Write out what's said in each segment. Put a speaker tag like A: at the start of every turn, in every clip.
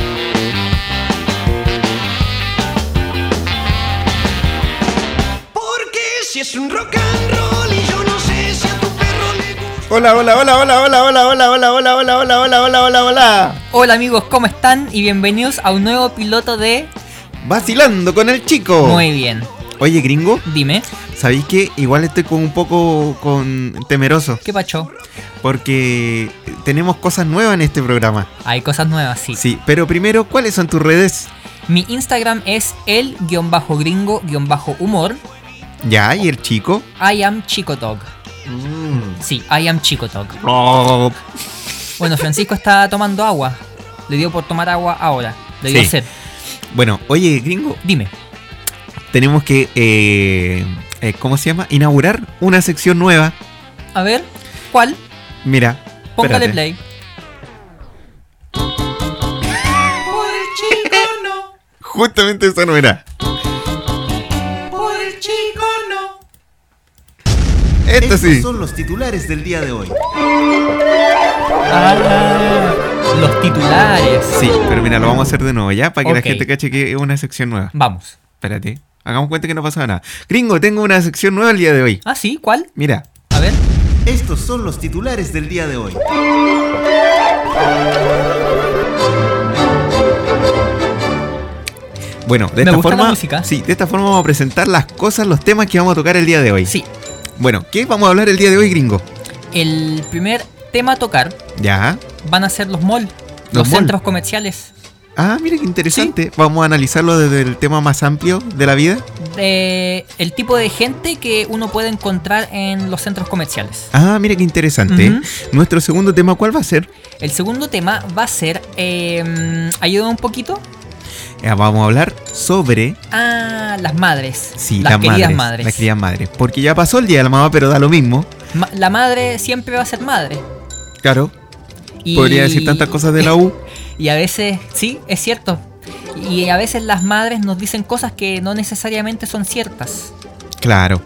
A: chico.
B: Porque si es un rock and roll y yo no sé si a tu perro le gusta.
C: Hola, hola, hola, hola, hola, hola, hola, hola, hola, hola, hola, hola, hola, hola, hola.
D: Hola amigos, ¿cómo están? Y bienvenidos a un nuevo piloto de...
C: Vacilando con el chico.
D: Muy bien.
E: Oye, gringo,
D: Dime,
E: ¿sabéis que igual estoy con un poco con temeroso?
D: ¿qué pacho?
E: Porque tenemos cosas nuevas en este programa.
D: Hay cosas nuevas, sí.
E: Sí, pero primero, ¿cuáles son tus redes?
D: Mi Instagram es el-gringo-humor.
E: Ya, y el chico.
D: I am Chicotog. Sí, I am Chicotog.
E: Oh,
D: Bueno, Francisco está tomando agua. Le dio por tomar agua ahora. Le dio
E: Sí.
D: sed.
E: Bueno, oye, gringo,
D: Dime.
E: tenemos que, eh, eh, ¿cómo se llama? Inaugurar una sección nueva.
D: A ver, ¿cuál?
E: Mira.
D: Póngale
E: espérate.
D: play.
B: Por el chico no,
E: Justamente esa no era.
B: por el chico no.
E: Esta
F: Estos
E: sí.
F: son los titulares del día de hoy.
D: Ah, los titulares.
E: Sí, pero mira, lo vamos a hacer de nuevo, ¿ya? Para que
D: Ok.
E: la gente cache que es una sección nueva.
D: Vamos.
E: Espérate. Hagamos cuenta que no pasaba nada. Gringo, tengo una sección nueva el día de hoy.
D: Ah, sí, ¿cuál?
E: Mira.
D: A ver.
F: Estos son los titulares del día de hoy.
E: Bueno, de
D: Me
E: esta
D: gusta la
E: forma.
D: música.
E: Sí, de esta forma vamos a presentar las cosas, los temas que vamos a tocar el día de hoy.
D: Sí,
E: Bueno, ¿qué vamos a hablar el día de hoy, gringo?
D: el primer tema a tocar
E: Ya.
D: van a ser los malls, los,
E: Los mall.
D: centros comerciales.
E: Ah, mira qué interesante. Vamos a analizarlo desde el tema más amplio de la vida.
D: de el tipo de gente que uno puede encontrar en los centros comerciales.
E: Ah, mira qué interesante.
D: Ujú.
E: Nuestro segundo tema, ¿cuál va a ser?
D: El segundo tema va a ser. Eh, ayuda un poquito.
E: Eh, vamos a hablar sobre
D: a las madres.
E: sí,
D: las, queridas madres.
E: Las queridas madres. Porque ya pasó el día de la mamá, pero da lo mismo.
D: Ma- la madre siempre va a ser madre.
E: Claro.
D: Y-
E: Podría decir tantas cosas de la U.
D: Y a veces, sí, es cierto. Y a veces las madres nos dicen cosas que no necesariamente son ciertas.
E: Claro.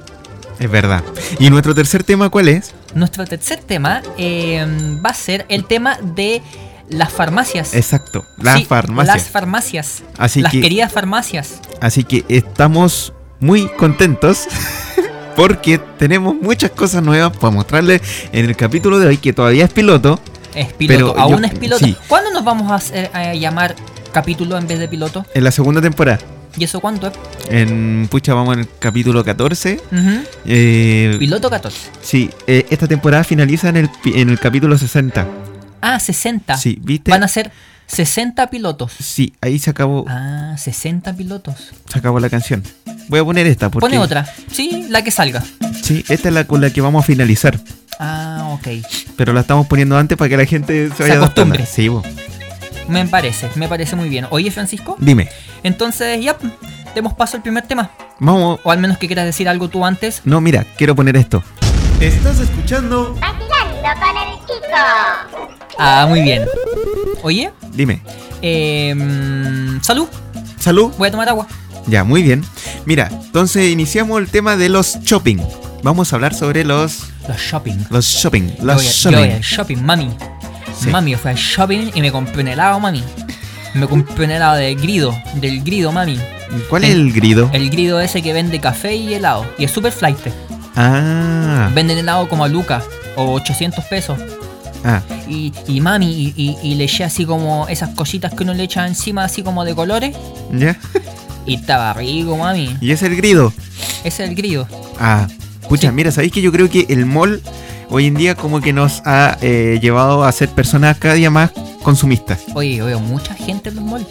E: Es verdad. ¿Y nuestro tercer tema cuál es?
D: Nuestro tercer tema eh, va a ser el tema de las farmacias.
E: Exacto. La
D: Sí,
E: farmacia.
D: Las farmacias.
E: Así
D: las
E: que-
D: queridas farmacias.
E: Así que estamos muy contentos porque tenemos muchas cosas nuevas para mostrarles en el capítulo de hoy que todavía es piloto.
D: Es piloto,
E: Pero yo-
D: aún es piloto.
E: sí.
D: ¿Cuándo nos vamos a, hacer- a llamar capítulo en vez de piloto?
E: En la segunda temporada.
D: ¿Y eso cuánto es?
E: En Pucha vamos en el capítulo 14.
D: Ujú.
E: Eh,
D: Piloto 14.
E: sí, eh, esta temporada finaliza en el, pi- en el capítulo 60.
D: Ah, 60.
E: Sí, ¿viste?
D: Van a ser 60 pilotos.
E: Sí, ahí se acabó,
D: Ah, 60 pilotos.
E: se acabó la canción. Voy a poner esta porque...
D: Pone otra. Sí, la que salga.
E: Sí, esta es la con la que vamos a finalizar.
D: Ah, ok.
E: Pero la estamos poniendo antes para que la gente se vaya adaptando.
D: acostumbre.
E: Sí, vos.
D: Me parece, me parece muy bien. Oye, Francisco,
E: Dime,
D: entonces ya demos paso al primer tema.
E: vamos...
D: O al menos que quieras decir algo tú antes.
E: No, mira, quiero poner esto.
F: Estás escuchando
A: Vacilando con el chico.
D: Ah, muy bien. Oye,
E: Dime.
D: eh, mm, salud,
E: Salud.
D: voy a tomar agua.
E: Ya, muy bien. Mira, entonces iniciamos el tema de los shopping. Vamos a hablar sobre los
D: Los shopping.
E: los shopping,
D: Yo
E: los
D: voy, a- yo voy
E: shopping.
D: al shopping, mami.
E: Sí.
D: Mami fue al shopping y me compré un helado, mami. Me compré un helado de grido, del grido, mami.
E: ¿Cuál es el grido?
D: El grido ese que vende café y helado. Y es super flight.
E: Ah,
D: Venden helado como a Luca o 800 pesos.
E: Ah,
D: Y, y mami, y, y- y le eché así como esas cositas que uno le echa encima, así como de colores.
E: ya.
D: Y estaba rico, mami.
E: Y es el grido.
D: Ese es el grillo.
E: Ah, pucha,
D: Sí.
E: mira, ¿sabéis que yo creo que el mall hoy en día como que nos ha eh, llevado a ser personas cada día más consumistas?
D: Oye, yo veo mucha gente en los malls.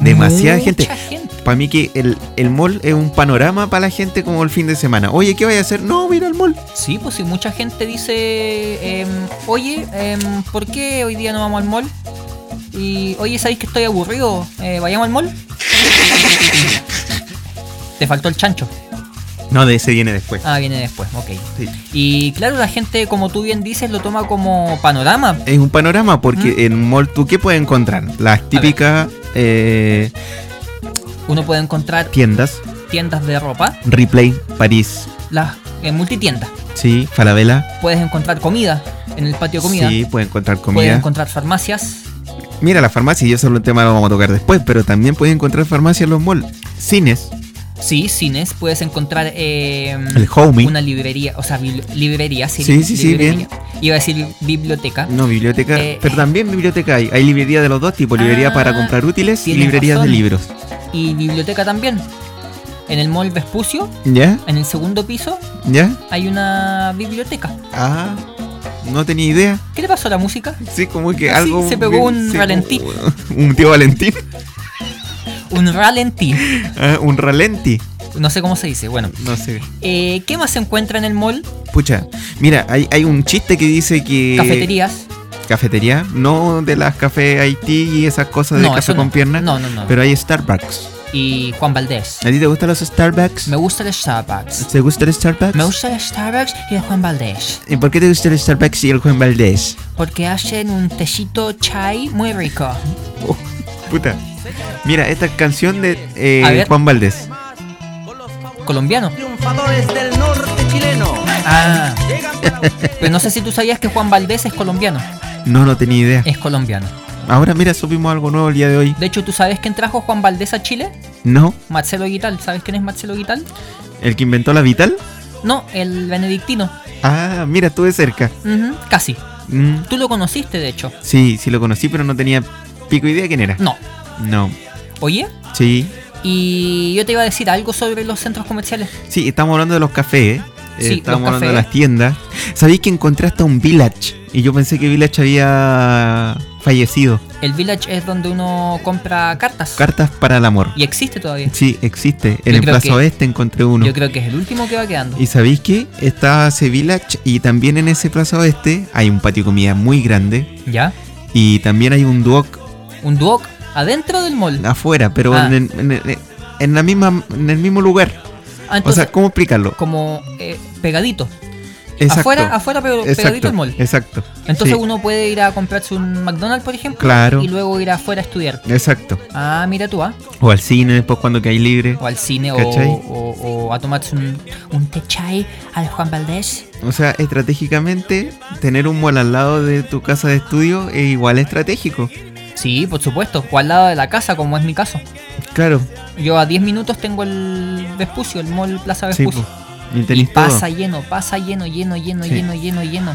E: Demasiada
D: Mucha
E: gente. Para mí que el, el mall es un panorama para la gente como el fin de semana. Oye, ¿qué voy a hacer? No, voy a ir al mall.
D: Sí, pues si mucha gente dice, em, oye, em, ¿por qué hoy día no vamos al mall? Y, oye, ¿sabéis que estoy aburrido? Eh, ¿Vayamos al mall? Te faltó el chancho.
E: No, de ese viene después.
D: Ah, viene después, ok.
E: Sí.
D: Y claro, la gente, como tú bien dices, lo toma como panorama.
E: Es un panorama porque
D: ¿Mm?
E: en mall tú qué puedes encontrar? Las típicas eh,
D: Uno puede encontrar
E: tiendas,
D: tiendas de ropa,
E: Replay, París,
D: las en multitiendas.
E: sí, Falabella,
D: Puedes encontrar comida en el patio de comida.
E: sí, puedes encontrar
D: Puedes
E: comida.
D: encontrar farmacias.
E: Mira, la farmacia, y eso es un tema que lo vamos a tocar después, pero también puedes encontrar farmacia en los malls, cines,
D: Sí, cines. Puedes encontrar em,
E: el homie,
D: una librería. O sea, bibli- librería. Sí,
E: Sí, sí, sí,
D: librería. Iba a decir biblioteca.
E: no, biblioteca,
D: Eh,
E: pero también biblioteca hay, hay librería de los dos tipos, librería
D: Ah,
E: para comprar útiles y
D: tienes
E: librerías
D: razón.
E: de libros.
D: Y biblioteca también. En el mall Vespucio,
E: ¿Ya?
D: en el segundo piso,
E: ¿Ya?
D: hay una biblioteca.
E: Ah, no tenía idea.
D: ¿Qué le pasó a la música?
E: Sí, como que
D: Ah, Sí,
E: algo...
D: se pegó un ralentí.
E: Un tío Valentín,
D: Un ralentí.
E: Ah, un ralentí,
D: No sé cómo se dice. Bueno,
E: no sé.
D: eh, ¿qué más se encuentra en el mall?
E: Pucha, mira, hay, hay un chiste que dice que...
D: Cafeterías.
E: Cafetería, no de las café Haití y esas cosas de café
D: eso
E: con piernas,
D: No, no, no.
E: pero hay Starbucks.
D: Y Juan Valdés.
E: ¿A ti te gustan los Starbucks?
D: Me gusta el Starbucks.
E: ¿Te gusta el Starbucks?
D: Me gusta el Starbucks y el Juan Valdés.
E: ¿Y por qué te gusta el Starbucks y el Juan Valdés?
D: Porque hacen un tecito chai muy rico.
E: Oh, puta. Mira, esta canción de eh,
D: A ver.
E: Juan Valdés.
D: Colombiano.
B: Triunfadores del norte chileno.
D: Ah. Pero no sé si tú sabías que Juan Valdés es colombiano.
E: No, no tenía idea.
D: Es colombiano.
E: Ahora, mira, supimos algo nuevo el día de hoy.
D: De hecho, ¿tú sabes quién trajo Juan Valdés a Chile?
E: No,
D: Marcelo Guital. ¿Sabes quién es Marcelo Guital?
E: el que inventó la Vital.
D: No, el benedictino.
E: Ah, mira, estuve cerca.
D: Ujú, casi.
E: Mm,
D: Tú lo conociste, de hecho.
E: sí, sí lo conocí, pero no tenía pico idea quién era.
D: No.
E: No,
D: Oye,
E: sí.
D: y yo te iba a decir algo sobre los centros comerciales.
E: Sí, estamos hablando de los cafés. ¿eh?
D: Sí,
E: estamos
D: los
E: hablando de
D: cafés.
E: las tiendas. Sabéis que encontré hasta un village. Y yo pensé que village había fallecido.
D: El village es donde uno compra cartas.
E: Cartas para el amor.
D: y existe todavía.
E: Sí, existe.
D: Yo
E: En el
D: creo
E: Plaza
D: que-
E: Oeste encontré uno.
D: Yo creo que es el último que va quedando.
E: Y sabéis que está ese village y también en ese Plaza Oeste hay un patio de comida muy grande.
D: ¿Ya?
E: Y también hay un duoc
D: Un duoc adentro del mall.
E: afuera, pero
D: Ah.
E: en, en- en- en la misma, en el mismo lugar.
D: Ah,
E: O
D: entonces,
E: sea, ¿cómo explicarlo?
D: como eh, pegadito.
E: Exacto.
D: Afuera, afuera, pero pegadito
E: exacto,
D: al mall.
E: exacto.
D: Entonces
E: Sí,
D: uno puede ir a comprarse un McDonald's, por ejemplo,
E: Claro.
D: y luego ir afuera a estudiar.
E: Exacto.
D: Ah, mira tú, ah.
E: O al cine después cuando hay libre.
D: O al cine, o,
E: ¿Cachai?
D: o- o a tomarse un, un té chai al Juan Valdés.
E: O sea, estratégicamente, tener un mall al lado de tu casa de estudio es igual estratégico.
D: Sí, por supuesto. O al lado de la casa, como es mi caso.
E: Claro,
D: Yo a 10 minutos tengo el Vespucio, el mall Plaza
E: sí.
D: Vespucio.
E: po. Y
D: y
E: tenés todo.
D: pasa lleno, pasa lleno, lleno, lleno,
E: Sí.
D: lleno, lleno, lleno.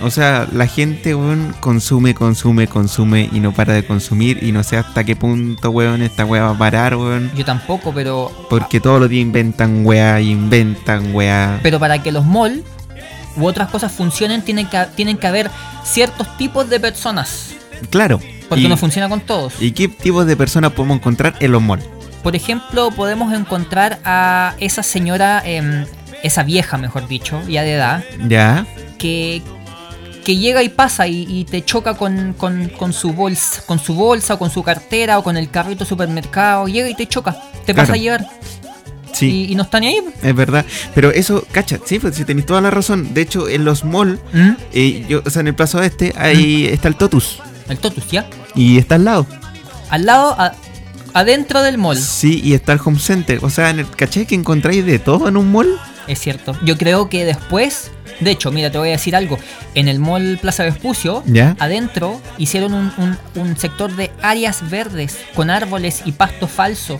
E: O sea, la gente, weón, consume, consume, consume y no para de consumir y no sé hasta qué punto, weón, esta weá va a parar, weón.
D: Yo tampoco, pero
E: Porque todos los días inventan weá, inventan weá.
D: Pero para que los malls u otras cosas funcionen, tienen que, tienen que haber ciertos tipos de personas.
E: Claro.
D: Porque
E: y,
D: no funciona con todos.
E: ¿Y qué tipos de personas podemos encontrar en los malls?
D: Por ejemplo, podemos encontrar a esa señora, em, esa vieja, mejor dicho, ya de edad,
E: ¿Ya?
D: que, que llega y pasa y, y te choca con, con- con su bolsa, con su bolsa o con su cartera o con el carrito de supermercado. Llega y te choca, te pasa
E: Claro.
D: a llevar
E: Sí.
D: y, y no está ni ahí.
E: Es verdad, pero eso, cacha, sí, pues, sí, tenéis toda la razón. De hecho, en los malls,
D: ¿Mm?
E: eh, yo, o sea, en el plazo este, ahí está el Totus
D: El totus, ¿ya?
E: y está al lado.
D: Al lado, a- adentro del mall.
E: Sí, y está el Home Center. O sea, en el, ¿cachai que encontráis de todo en un mall?
D: Es cierto. Yo creo que después, de hecho, mira, te voy a decir algo. En el mall Plaza Vespucio,
E: Ya.
D: adentro hicieron un, un- un sector de áreas verdes con árboles y pasto falso.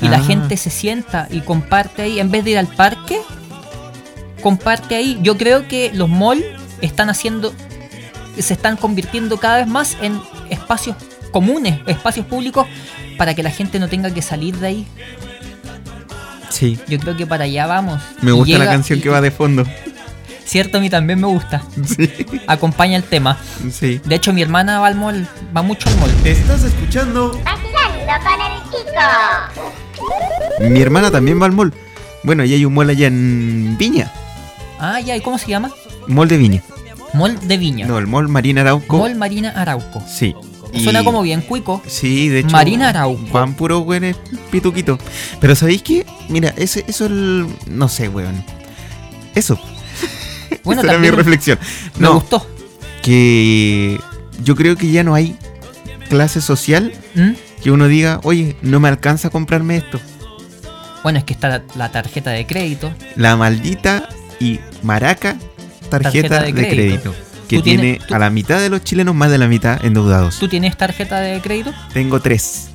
D: Y la
E: Ah.
D: gente se sienta y comparte ahí. En vez de ir al parque, comparte ahí. Yo creo que los malls están haciendo se están convirtiendo cada vez más en espacios comunes, espacios públicos, para que la gente no tenga que salir de ahí.
E: Sí.
D: Yo creo que para allá vamos.
E: Me gusta la
D: Llega-
E: canción que va de fondo.
D: Cierto, a mí también me gusta.
E: Sí.
D: Acompaña el tema.
E: Sí.
D: De hecho, mi hermana va al mall, va mucho al mall.
F: Estás escuchando
A: Vacilando con el chico.
E: Mi hermana también va al mall. Bueno, y hay un mall allá en Viña.
D: Ah, ya, ¿y cómo se llama?
E: Mall de Viña.
D: Mall de Viña.
E: No, el mall Marina Arauco.
D: Mall Marina Arauco.
E: Sí.
D: Suena
E: Y-
D: como bien cuico.
E: Sí, de hecho.
D: Marina Arauco.
E: Van puros güeyes pituquitos. Pero ¿sabéis qué? Mira, ese, eso el. No sé, weón. Eso.
D: Bueno,
E: Esa era mi
D: también
E: reflexión.
D: me
E: No,
D: gustó.
E: que yo creo que ya no hay clase social
D: ¿Mm?
E: que uno diga, oye, no me alcanza a comprarme esto.
D: Bueno, es que está la, la tarjeta de crédito.
E: La maldita y maraca tarjeta, de, crédito. que
D: Tú
E: tiene
D: tienes- tú-
E: a la mitad de los chilenos, más de la mitad endeudados.
D: ¿Tú tienes tarjeta de crédito?
E: Tengo tres.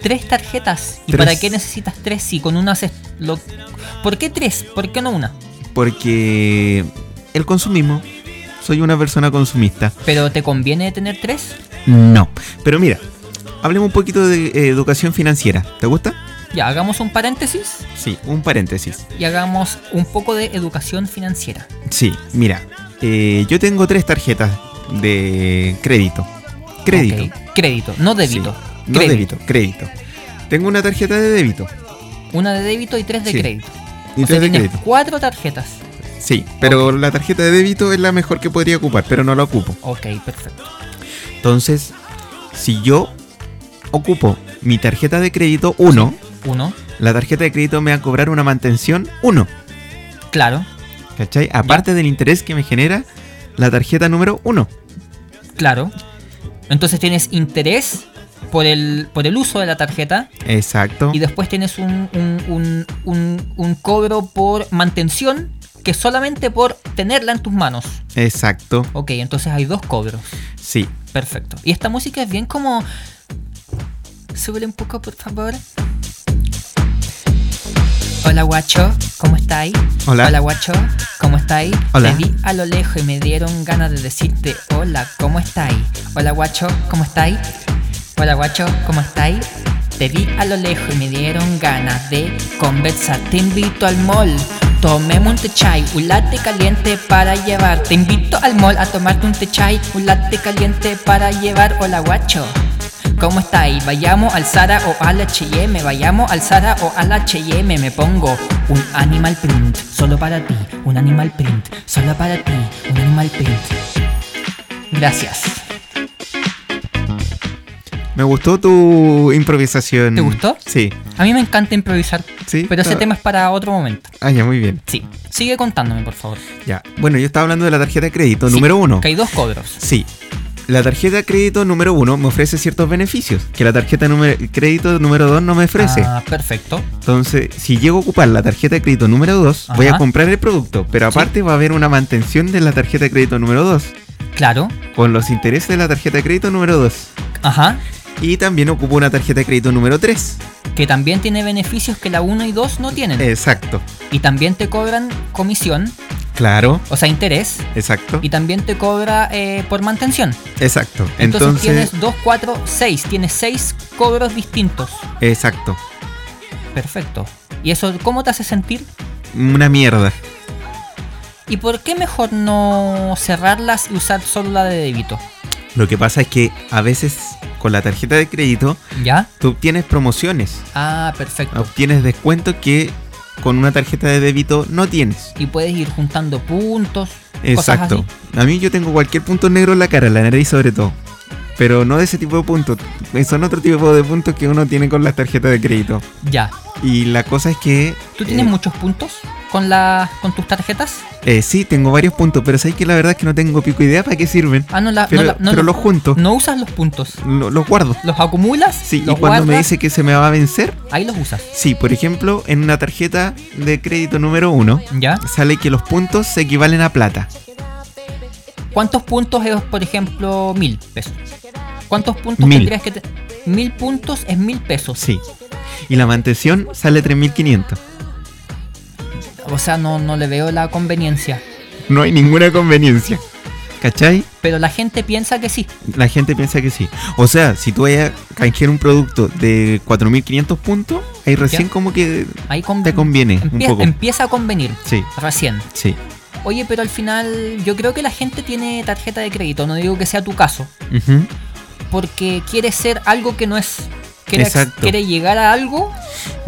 D: Tres tarjetas. ¿Y
E: Tres.
D: para qué necesitas tres si con una haces lo... ¿Por qué tres? ¿Por qué no una?
E: Porque el consumismo. Soy una persona consumista.
D: ¿Pero te conviene tener tres?
E: No. Pero mira, hablemos un poquito de eh, educación financiera. ¿Te gusta?
D: Ya, hagamos un paréntesis
E: Sí, un paréntesis.
D: y hagamos un poco de educación financiera.
E: Sí, mira. eh, yo tengo tres tarjetas de crédito. Crédito.
D: Ok, Crédito, no débito.
E: Sí, No
D: Crédito.
E: débito, crédito. Tengo una tarjeta de débito.
D: Una de débito y tres de
E: Sí.
D: crédito.
E: Y
D: O sea,
E: tres de
D: tienes
E: crédito.
D: cuatro tarjetas.
E: Sí, pero la tarjeta de débito es la mejor que podría ocupar, pero no la ocupo.
D: Ok, perfecto.
E: Entonces, si yo ocupo mi tarjeta de crédito 1,
D: Uno,
E: la tarjeta de crédito me va a cobrar una mantención 1.
D: claro,
E: ¿Cachai? Aparte del interés que me genera la tarjeta número 1.
D: claro. Entonces tienes interés por el, por el uso de la tarjeta
E: Exacto.
D: y después tienes un, un- un- un- un cobro por mantención que solamente por tenerla en tus manos.
E: Exacto.
D: Ok, entonces hay dos cobros.
E: Sí.
D: Perfecto. Y esta música es bien como... Súbele un poco, por favor. Hola, guacho. ¿Cómo estáis?
E: Hola.
D: guacho. ¿Cómo estáis?
E: Hola.
D: Te vi a lo lejos y me dieron ganas de decirte hola, ¿cómo estáis? Hola, guacho. ¿Cómo estáis? Hola, guacho. ¿Cómo estáis? Te vi a lo lejos y me dieron ganas de conversar. Te invito al mall. Tomemos un techay, un latte caliente para llevar. Te invito al mall a tomarte un techay, un latte caliente para llevar. Hola, guacho. ¿Cómo estáis? Vayamos al Zara o al H&M Vayamos al Zara o al H&M Me pongo un animal print Solo para ti Un animal print Solo para ti Un animal print Gracias
E: Me gustó tu improvisación.
D: ¿Te gustó?
E: Sí.
D: A mí me encanta improvisar
E: Sí,
D: Pero ese
E: está-
D: tema es para otro momento
E: Ah, ya, muy bien.
D: Sí Sigue contándome, por favor
E: Ya. Bueno, yo estaba hablando de la tarjeta de crédito
D: Sí,
E: número 1.
D: Que hay dos cobros
E: Sí. La tarjeta de crédito número uno me ofrece ciertos beneficios que la tarjeta de crédito número 2 no me ofrece.
D: Ah, perfecto
E: Entonces, si llego a ocupar la tarjeta de crédito número 2, voy a
D: Ajá.
E: comprar el producto, pero aparte va a haber una mantención de la tarjeta de crédito número 2
D: Claro
E: con los intereses de la tarjeta de crédito número 2.
D: Ajá
E: Y también ocupo una tarjeta de crédito número 3.
D: Que también tiene beneficios que la 1 y 2 no tienen
E: Exacto.
D: Y también te cobran comisión
E: Claro.
D: O sea, interés
E: Exacto.
D: y también te cobra eh, por mantención.
E: Exacto.
D: Entonces,
E: Entonces,
D: tienes 2, 4, 6. Tienes 6 cobros distintos.
E: exacto.
D: Perfecto. ¿Y eso cómo te hace sentir?
E: Una mierda.
D: ¿Y por qué mejor no cerrarlas y usar solo la de débito?
E: Lo que pasa es que a veces con la tarjeta de crédito
D: ¿Ya?
E: tú obtienes promociones.
D: Ah, perfecto.
E: obtienes descuento que con una tarjeta de débito no tienes.
D: Y puedes ir juntando puntos.
E: Exacto.
D: Cosas así.
E: A mí yo tengo cualquier punto negro en la cara, en la nariz sobre todo. Pero no de ese tipo de puntos. Son otro tipo de puntos que uno tiene con las tarjetas de crédito.
D: Ya.
E: Y la cosa es que...
D: ¿Tú tienes
E: eh,
D: muchos puntos con, la, con tus tarjetas?
E: eh, sí, tengo varios puntos, pero sabéis que la verdad es que no tengo pico idea para qué sirven.
D: Ah, no, la, no
E: Pero,
D: la- no,
E: pero
D: la-
E: los junto,
D: no usas los puntos.
E: lo- los guardo.
D: Los acumulas.
E: Sí, y
D: los
E: cuando me
D: guardas,
E: dice que se me va a vencer,
D: Ahí los usas.
E: sí, por ejemplo, en una tarjeta de crédito número uno,
D: ¿Ya?
E: sale que los puntos se equivalen a plata.
D: ¿Cuántos puntos es, por ejemplo, mil pesos? ¿Cuántos puntos
E: Mil.
D: tendrías que te- Mil puntos es mil pesos.
E: Sí. Y la mantención sale 3.500.
D: O sea, no, no le veo la conveniencia.
E: No hay ninguna conveniencia. ¿Cachai?
D: Pero la gente piensa que sí.
E: La gente piensa que sí. O sea, si tú vayas a canjear un producto de 4.500 puntos, ahí recién como que...
D: Ahí con-
E: Te conviene un
D: empie-
E: poco.
D: Empieza a convenir.
E: Sí,
D: Recién.
E: sí.
D: Oye, pero al final yo creo que la gente tiene tarjeta de crédito. No digo que sea tu caso.
E: Ujú.
D: Porque quiere ser algo que no es. Quiere,
E: Exacto.
D: quiere llegar a algo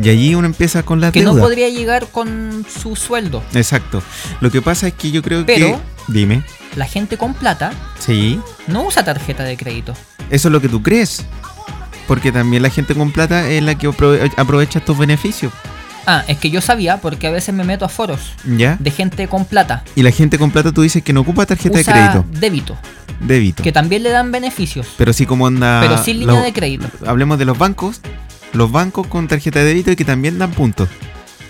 E: Y allí uno empieza con la
D: que
E: deuda.
D: no podría llegar con su sueldo.
E: Exacto. Lo que pasa es que yo creo
D: Pero-
E: que... Dime.
D: La gente con plata
E: Sí.
D: no usa tarjeta de crédito.
E: Eso es lo que tú crees. Porque también la gente con plata es la que aprove- aprovecha estos beneficios.
D: Ah, es que yo sabía porque a veces me meto a foros
E: ¿Ya?
D: de gente con plata.
E: Y la gente con plata tú dices que no ocupa tarjeta
D: usa
E: de crédito.
D: débito,
E: Débito.
D: que también le dan beneficios,
E: Pero sí como onda...
D: pero sin línea
E: lo-
D: de crédito.
E: Hablemos de los bancos. Los bancos con tarjeta de débito y que también dan puntos.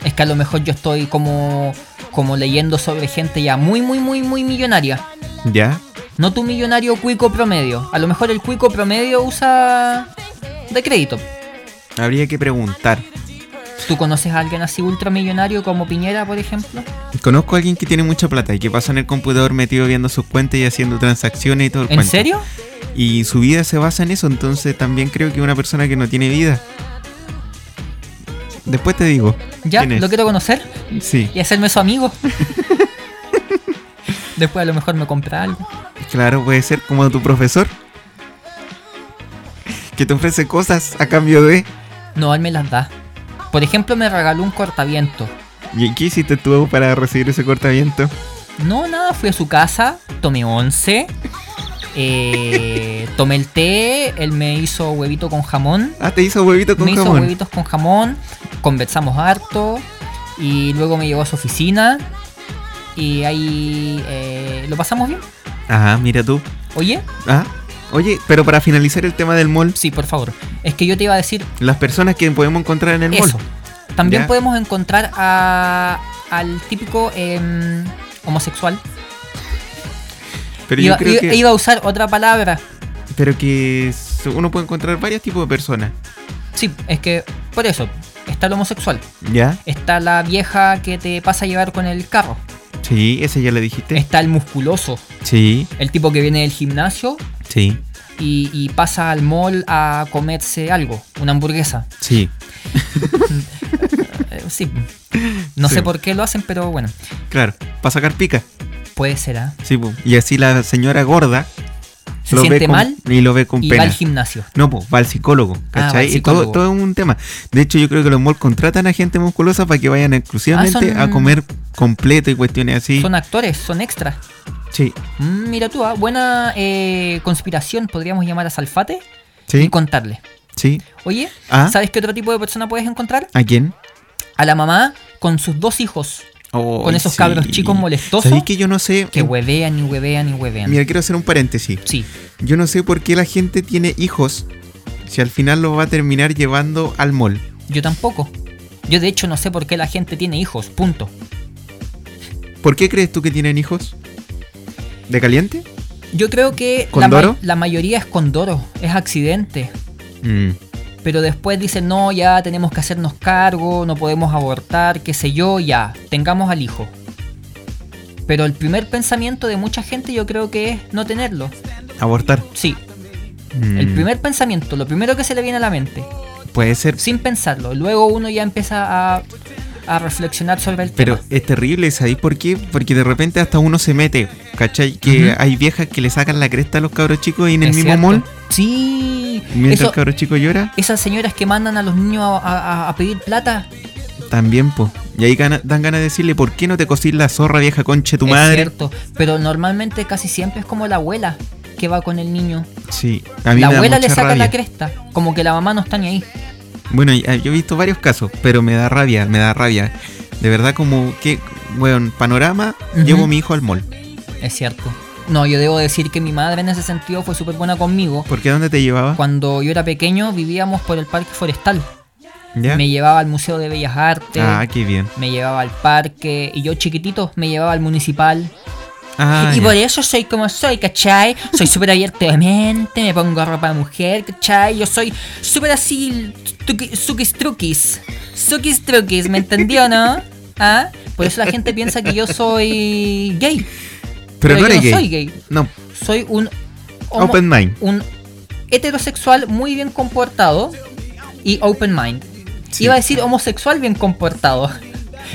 D: Es que a lo mejor yo estoy como, como leyendo sobre gente ya muy, muy, muy, muy millonaria.
E: ¿Ya?
D: No tu millonario cuico promedio. A lo mejor el cuico promedio usa de crédito.
E: Habría que preguntar.
D: ¿Tú conoces a alguien así ultramillonario como Piñera, por ejemplo?
E: Conozco a alguien que tiene mucha plata y que pasa en el computador metido viendo sus cuentas y haciendo transacciones y todo el
D: ¿En
E: cuento.
D: serio?
E: Y su vida se basa en eso, entonces también creo que una persona que no tiene vida. Después te digo.
D: ¿Ya?
E: ¿Quién es?
D: ¿Lo quiero conocer?
E: Sí,
D: ¿Y hacerme su amigo? Después a lo mejor me compra algo.
E: claro, puede ser como tu profesor. Que te ofrece cosas a cambio de.
D: No, él me las da. Por ejemplo, me regaló un cortaviento.
E: ¿Y qué hiciste tú para recibir ese cortaviento?
D: No, nada, fui a su casa, tomé once, eh, tomé el té, él me hizo huevito con jamón,
E: Ah, te hizo huevito con
D: me hizo
E: jamón.
D: huevitos con jamón, conversamos harto y luego me llevó a su oficina y ahí eh, lo pasamos bien.
E: Ah, mira tú.
D: Oye,
E: Ah, oye, pero para finalizar el tema del mall,
D: sí, por favor, es que yo te iba a decir
E: las personas que podemos encontrar en el
D: eso.
E: mall.
D: También
E: Ya.
D: podemos encontrar a- al típico em, homosexual.
E: Pero
D: iba,
E: yo creo
D: iba-
E: que.
D: iba a usar otra palabra.
E: Pero que s- uno puede encontrar varios tipos de personas.
D: Sí, es que por eso está el homosexual.
E: ¿Ya?
D: Está la vieja que te pasa a llevar con el carro.
E: Sí, ese ya le dijiste.
D: Está el musculoso,
E: Sí,
D: el tipo que viene del gimnasio
E: sí,
D: y, y pasa al mall a comerse algo, una hamburguesa.
E: sí.
D: Eh, sí. No
E: Sí.
D: sé por qué lo hacen, pero bueno,
E: Claro, para sacar pica.
D: puede ser. ¿ah?
E: Sí, po. y así la señora gorda
D: Se
E: lo ve
D: siente
E: con-
D: mal
E: y lo ve con
D: y va
E: pena.
D: al gimnasio.
E: no, pues va al psicólogo,
D: Ah, va al
E: ¿cachai? Y todo,
D: psicólogo.
E: todo es un tema. De hecho, yo creo que los malls contratan a gente musculosa para que vayan exclusivamente
D: Ah, son-
E: a comer completo y cuestiones así.
D: Son actores, son extras.
E: Sí,
D: Mm, mira tú, ah, buena eh, conspiración, podríamos llamar a Salfate y
E: sí,
D: contarle.
E: sí.
D: Oye,
E: Ah.
D: ¿sabes qué otro tipo de persona puedes encontrar?
E: ¿A quién?
D: A la mamá con sus dos hijos.
E: Ay,
D: esos cabros chicos molestosos.
E: ¿Sabéis que yo no sé?
D: Que huevean y huevean y huevean.
E: Mira, quiero hacer un paréntesis.
D: Sí,
E: Yo no sé por qué la gente tiene hijos si al final los va a terminar llevando al mall.
D: yo tampoco. Yo de hecho no sé por qué la gente tiene hijos, punto.
E: ¿Por qué crees tú que tienen hijos? ¿De caliente?
D: Yo creo que la,
E: ¿Condoro?
D: ma- la mayoría es condoro, es accidente. Mm. Pero después dicen, no, ya tenemos que hacernos cargo, no podemos abortar, qué sé yo, ya, tengamos al hijo. Pero el primer pensamiento de mucha gente yo creo que es no tenerlo.
E: Abortar.
D: Sí,
E: Mm.
D: el primer pensamiento, lo primero que se le viene a la mente,
E: Puede ser.
D: sin pensarlo. Luego uno ya empieza a, a reflexionar sobre el
E: Pero
D: tema.
E: es terrible, ¿sabéis por qué? Porque de repente hasta uno se mete, ¿cachai? Que
D: Ujú.
E: hay viejas que le sacan la cresta a los cabros chicos y en el
D: ¿Es
E: mismo
D: cierto?
E: mall,
D: Sí.
E: mientras
D: Eso-
E: el cabro chico llora,
D: esas señoras que mandan a los niños a, a- a pedir plata.
E: también, po. Y ahí gana- dan ganas de decirle, ¿por qué no te cosís la zorra vieja conche tu
D: es
E: madre?
D: cierto. Pero normalmente casi siempre es como la abuela que va con el niño.
E: Sí, a mí
D: La
E: me da
D: abuela le
E: mucha
D: saca
E: rabia.
D: la cresta. Como que la mamá no está ni ahí.
E: Bueno, y- eh, yo he visto varios casos, pero me da rabia, me da rabia. De verdad, como que, weón, panorama,
D: Ujú.
E: llevo a mi hijo al mall.
D: Es cierto. No, yo debo decir que mi madre en ese sentido fue súper buena conmigo.
E: ¿Por qué dónde te llevaba?
D: Cuando yo era pequeño vivíamos por el parque forestal.
E: ¿Ya?
D: Me llevaba al Museo de Bellas Artes.
E: Ah, qué bien.
D: Me llevaba al parque y yo chiquitito me llevaba al municipal.
E: Ah,
D: y
E: ya.
D: por eso soy como soy, ¿cachai? Soy súper abierto de mente, me pongo ropa de mujer, ¿cachai? Yo soy súper así, tuqui- suquis truquis. Suquis truquis, ¿me entendió, no? ¿Ah? Por eso la gente piensa que yo soy gay. pero
E: pero, no
D: yo
E: eres
D: no
E: gay.
D: soy gay.
E: No,
D: soy un homo-
E: Open mind.
D: un heterosexual muy bien comportado y open mind.
E: Sí.
D: Iba a decir homosexual bien comportado,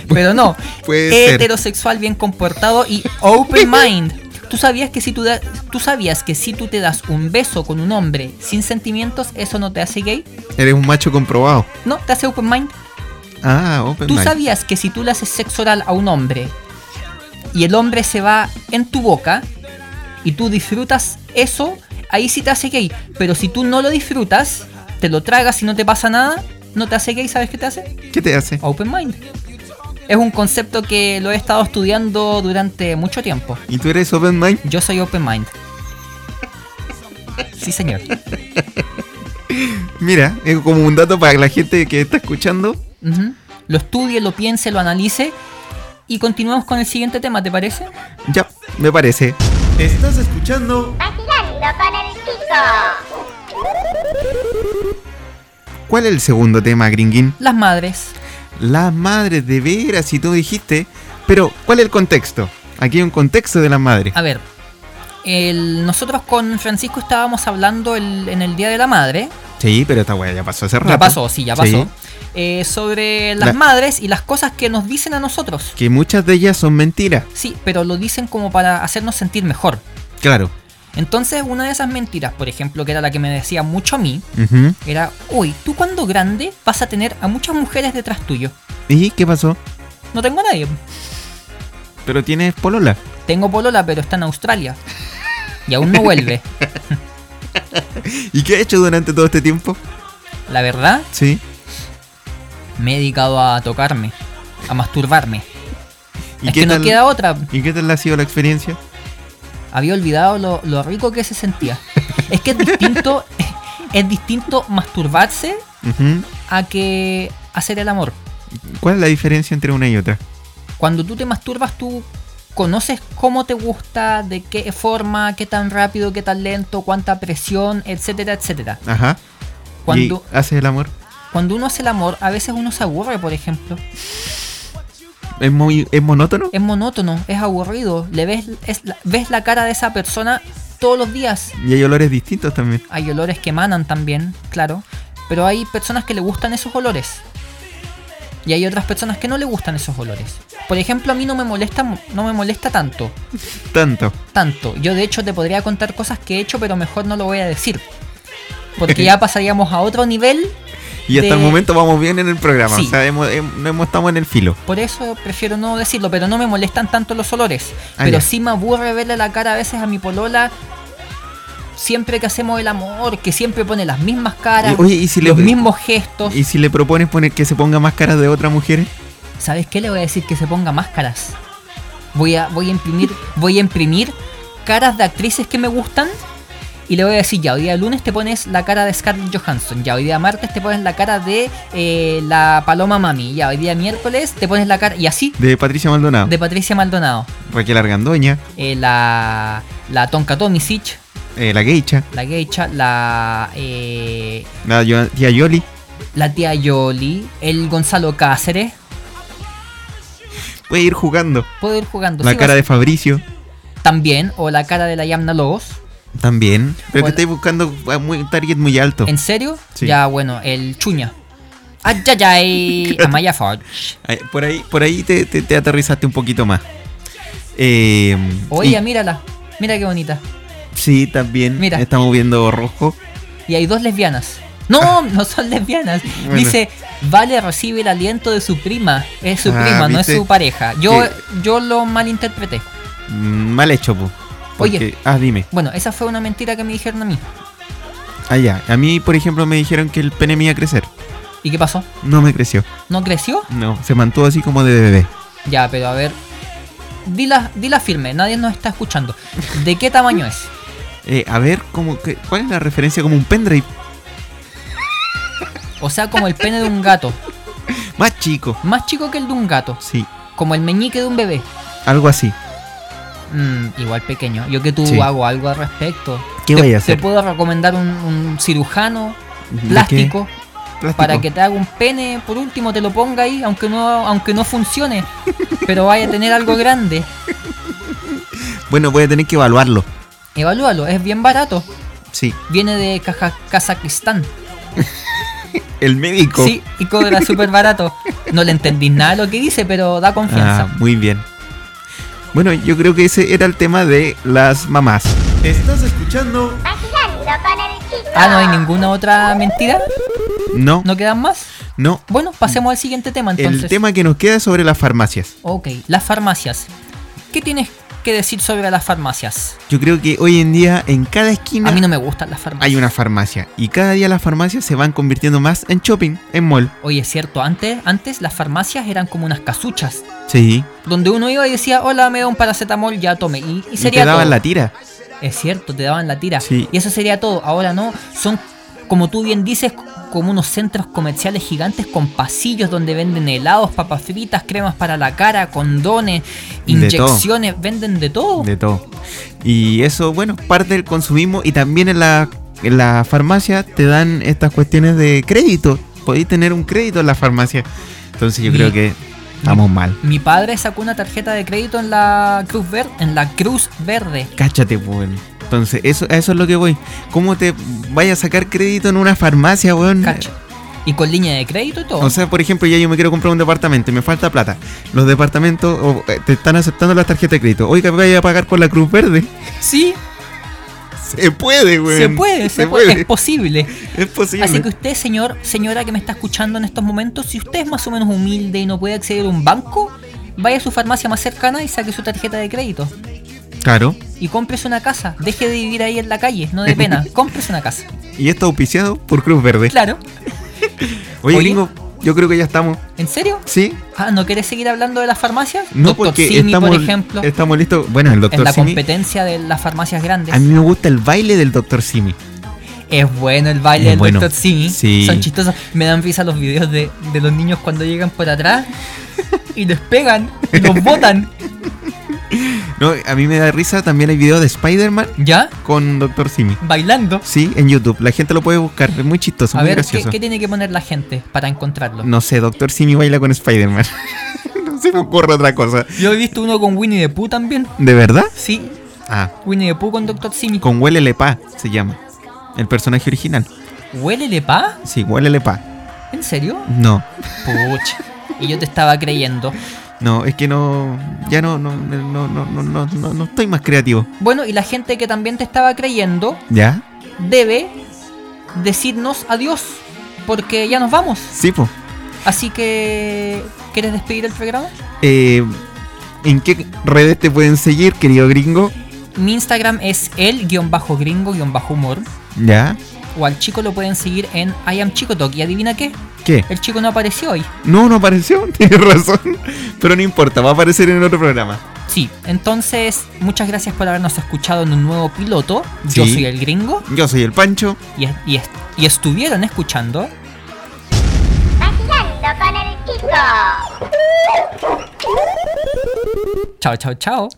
D: pero no.
E: Puede ser.
D: heterosexual bien comportado y open mind. ¿Tú sabías, que si tú, da- ¿Tú sabías que si tú te das un beso con un hombre sin sentimientos, eso no te hace gay?
E: Eres un macho comprobado.
D: No, te hace open mind.
E: Ah, open
D: ¿Tú
E: mind.
D: sabías que si tú le haces sexo oral a un hombre y el hombre se va en tu boca y tú disfrutas eso, ahí sí te hace gay. Pero si tú no lo disfrutas, te lo tragas y no te pasa nada, no te hace gay, ¿sabes qué te hace?
E: ¿Qué te hace?
D: Open mind. Es un concepto que lo he estado estudiando durante mucho tiempo.
E: ¿Y tú eres open mind?
D: Yo soy open mind. Sí, señor.
E: Mira, es como un dato para la gente que está escuchando.
D: Ujú. Lo estudie, lo piense, lo analice. Y continuamos con el siguiente tema, ¿te parece?
E: Ya, me parece.
F: Estás escuchando
A: Vacilando con el chico.
E: ¿Cuál es el segundo tema, Gringuín?
D: Las madres.
E: Las madres, de veras, si tú dijiste. Pero, ¿cuál es el contexto? Aquí hay un contexto de las madres.
D: A ver, el- nosotros con Francisco estábamos hablando el- en el Día de la Madre,
E: Sí, pero esta weá ya pasó hace rato.
D: ya pasó, sí, ya pasó,
E: Sí.
D: eh, sobre las
E: La-
D: madres y las cosas que nos dicen a nosotros.
E: Que muchas de ellas son mentiras.
D: Sí, pero lo dicen como para hacernos sentir mejor.
E: Claro.
D: Entonces, una de esas mentiras, por ejemplo, que era la que me decía mucho a mí,
E: Ujú.
D: era, uy, tú cuando grande vas a tener a muchas mujeres detrás tuyo.
E: ¿Y qué pasó?
D: No tengo a nadie.
E: Pero tienes polola.
D: Tengo Polola, pero está en Australia. Y aún no vuelve.
E: ¿Y qué has hecho durante todo este tiempo?
D: La verdad,
E: Sí.
D: me he dedicado a tocarme, a masturbarme.
E: ¿Y
D: es
E: qué
D: que no
E: tal-
D: queda otra.
E: ¿Y qué tal ha sido la experiencia?
D: Había olvidado lo, lo rico que se sentía. Es que es distinto, es distinto masturbarse
E: Ujú.
D: a que hacer el amor.
E: ¿Cuál es la diferencia entre una y otra?
D: Cuando tú te masturbas, tú conoces cómo te gusta, de qué forma, qué tan rápido, qué tan lento, cuánta presión, etcétera, etcétera.
E: Ajá.
D: Cuando,
E: ¿Y haces el amor?
D: cuando uno hace el amor, a veces uno se aburre, por ejemplo.
E: ¿Es, muy, ¿es monótono?
D: Es monótono, es aburrido. Le ves, es la- ves la cara de esa persona todos los días.
E: Y hay olores distintos también.
D: Hay olores que emanan también, claro. Pero hay personas que le gustan esos olores. Y hay otras personas que no le gustan esos olores. Por ejemplo, a mí no me molesta, no me molesta tanto.
E: Tanto.
D: Tanto. Yo de hecho te podría contar cosas que he hecho, pero mejor no lo voy a decir. Porque ya pasaríamos a otro nivel.
E: Y hasta
D: de-
E: el momento vamos bien en el programa.
D: Sí.
E: O sea, hemos- hem- hemos- estamos en el filo.
D: Por eso prefiero no decirlo, pero no me molestan tanto los olores.
E: Ah,
D: pero
E: ya.
D: sí me aburre verle la cara a veces a mi polola. Siempre que hacemos el amor, que siempre pone las mismas caras,
E: Y- oye, ¿y si le-
D: los mismos gestos.
E: ¿Y si le propones poner que se ponga más caras de otras mujeres?
D: ¿Sabes qué? Le voy a decir que se ponga máscaras. Voy a, voy a imprimir, voy a imprimir caras de actrices que me gustan. Y le voy a decir, ya, hoy día lunes te pones la cara de Scarlett Johansson. Ya, hoy día martes te pones la cara de eh, la Paloma Mami. Ya, hoy día miércoles te pones la cara. Y así,
E: De Patricia Maldonado.
D: de Patricia Maldonado.
E: Raquel Argandoña.
D: Eh, la, la Tonka Tomisic,
E: eh, la Geisha.
D: la Geisha, la, eh,
E: La Yo- tía Yoli.
D: la tía Yoli, el Gonzalo Cáceres.
E: Puede ir jugando.
D: Puedo ir jugando.
E: La
D: sí,
E: cara
D: vas-
E: de Fabricio.
D: También, o la cara de la Yamna Lobos.
E: También. Pero
D: Bueno.
E: te estoy buscando a muy- un target muy alto.
D: ¿En serio?
E: Sí.
D: Ya, bueno, el Chuña. Ayayay, Amaya Forge.
E: Ay, Por ahí, por ahí te, te- te aterrizaste un poquito más. Eh,
D: Oye,
E: y-
D: mírala. Mira qué bonita.
E: Sí, también.
D: Mira.
E: Estamos viendo rojo.
D: Y hay dos lesbianas. No, no son lesbianas.
E: Ah. Bueno.
D: Dice, Vale recibe el aliento de su prima. Es su
E: Ah,
D: prima, no es
E: ¿viste?
D: su pareja. Yo,
E: Que-
D: yo lo malinterpreté.
E: Mm, Mal hecho, po. Porque-
D: Oye.
E: Ah, dime.
D: Bueno, esa fue una mentira que me dijeron a mí.
E: Ah, ya. A mí, por ejemplo, me dijeron que el pene me iba a crecer.
D: ¿Y qué pasó?
E: No me creció.
D: ¿No creció?
E: No, se mantuvo así como de bebé.
D: Ya, pero a ver. Dila, dila firme, nadie nos está escuchando. ¿De qué tamaño es?
E: Eh, a ver, como que, ¿cuál es la referencia? Como un pendrive
D: O sea, como el pene de un gato.
E: más chico.
D: Más chico que el de un gato.
E: Sí,
D: Como el meñique de un bebé.
E: algo así.
D: Mm, igual pequeño. Yo que tú
E: Sí.
D: hago algo al respecto.
E: ¿Qué
D: Te-
E: voy a hacer?
D: Te puedo recomendar un, un cirujano
E: ¿De
D: plástico,
E: Plástico.
D: para que te haga un pene. Por último, te lo ponga ahí, aunque no, aunque no funcione. pero vaya a tener algo grande.
E: Bueno, voy a tener que evaluarlo.
D: Evalúalo, es bien barato.
E: Sí,
D: Viene de Caja- Kazajistán.
E: el médico.
D: Sí, y cobra súper barato. No le entendí nada de lo que dice, pero da confianza.
E: Ah, muy bien. Bueno, yo creo que ese era el tema de las mamás.
F: Estás escuchando
A: Vacilando con el chico.
D: Ah, no hay ninguna otra mentira.
E: No, no.
D: ¿No quedan más? Bueno, pasemos al siguiente tema entonces.
E: El tema que nos queda es sobre las farmacias.
D: Ok, las farmacias. ¿Qué tienes que decir sobre las farmacias?
E: Yo creo que hoy en día en cada esquina
D: A mí no me gustan las farmacias.
E: hay una farmacia. Y cada día las farmacias se van convirtiendo más en shopping, en mall.
D: Oye, es cierto, antes, antes las farmacias eran como unas casuchas.
E: Sí.
D: Donde uno iba y decía, hola, me da un paracetamol, ya tome. Y, y
E: Y,
D: sería
E: te daban
D: todo.
E: la tira.
D: Es cierto, te daban la tira.
E: Sí.
D: Y eso sería todo. Ahora no, son, como tú bien dices, como unos centros comerciales gigantes con pasillos donde venden helados, papas fritas, cremas para la cara, condones,
E: De todo.
D: inyecciones, venden de todo.
E: De todo. Y eso, bueno, parte del consumismo. Y también en la, en la farmacia te dan estas cuestiones de crédito. Podéis tener un crédito en la farmacia. Entonces yo
D: Mi-
E: creo que estamos mal.
D: Mi padre sacó una tarjeta de crédito en la Cruz Verde, en la Cruz Verde.
E: Cáchate, weón. Entonces, eso, a eso es lo que voy. ¿Cómo te vayas a sacar crédito en una farmacia, weón?
D: Cacha. Y con línea de crédito y todo.
E: O sea, por ejemplo, ya yo me quiero comprar un departamento y me falta plata. Los departamentos o, eh, te están aceptando las tarjetas de crédito. Oiga, vaya a pagar con la Cruz Verde.
D: sí,
E: Se puede, weón.
D: se puede, se, puede. es posible.
E: Es posible.
D: Así que usted, señor, señora que me está escuchando en estos momentos, si usted es más o menos humilde y no puede acceder a un banco, vaya a su farmacia más cercana y saque su tarjeta de crédito.
E: Claro.
D: Y cómprese una casa. Deje de vivir ahí en la calle, no de pena. cómprese una casa.
E: Y esto auspiciado por Cruz Verde.
D: Claro.
E: Oye,
D: Oye.
E: gringo, yo creo que ya estamos.
D: ¿En serio?
E: ¿Sí?
D: Ah, ¿no querés seguir hablando de las farmacias?
E: No,
D: Doctor
E: porque
D: Simi,
E: estamos,
D: por ejemplo,
E: estamos listos. Bueno, el
D: en
E: Dr.
D: la
E: Simi.
D: competencia de las farmacias grandes.
E: A mí me gusta el baile del Dr. Simi.
D: Es bueno el baile
E: Es
D: del
E: bueno.
D: Dr. Simi.
E: Sí.
D: Son chistosos. Me dan risa los videos de, de los niños cuando llegan por atrás y les pegan y los botan.
E: No, a mí me da risa. También hay videos de Spider-Man
D: ¿Ya?
E: con Dr. Simi.
D: Bailando.
E: Sí, en YouTube. La gente lo puede buscar. Es muy chistoso,
D: A
E: muy
D: ver, ¿qué,
E: gracioso.
D: qué tiene que poner la gente para encontrarlo?
E: No sé, Doctor Simi baila con Spider-Man. no se me ocurre otra cosa.
D: Yo he visto uno con Winnie the Pooh también.
E: ¿De verdad?
D: Sí,
E: Ah,
D: Winnie the Pooh con Dr. Simi.
E: con Huele Pa se llama. El personaje original.
D: ¿Huélele pa?
E: Sí, Huele Pa.
D: ¿En serio?
E: No,
D: Pucha. Y yo te estaba creyendo.
E: no, es que no. Ya no, no, no, no, no, no, no, no estoy más creativo.
D: Bueno, y la gente que también te estaba creyendo
E: ¿Ya?
D: debe decirnos adiós. Porque ya nos vamos.
E: Sí, pues.
D: Así que. ¿Quieres despedir el programa?
E: Eh, ¿En qué redes te pueden seguir, querido gringo?
D: Mi Instagram es el-gringo-humor.
E: ¿Ya?
D: O al chico lo pueden seguir en I am Chico Talk. Y adivina qué?
E: ¿Qué?
D: El chico no apareció hoy.
E: No, no apareció, tienes razón. Pero no importa, va a aparecer en otro programa.
D: Sí, entonces muchas gracias por habernos escuchado en un nuevo piloto. Yo
E: Sí.
D: soy el gringo
E: Yo soy el Pancho.
D: y, y est- y estuvieron escuchando.
A: Vacilando con el chico.
D: Chao, chao, chao.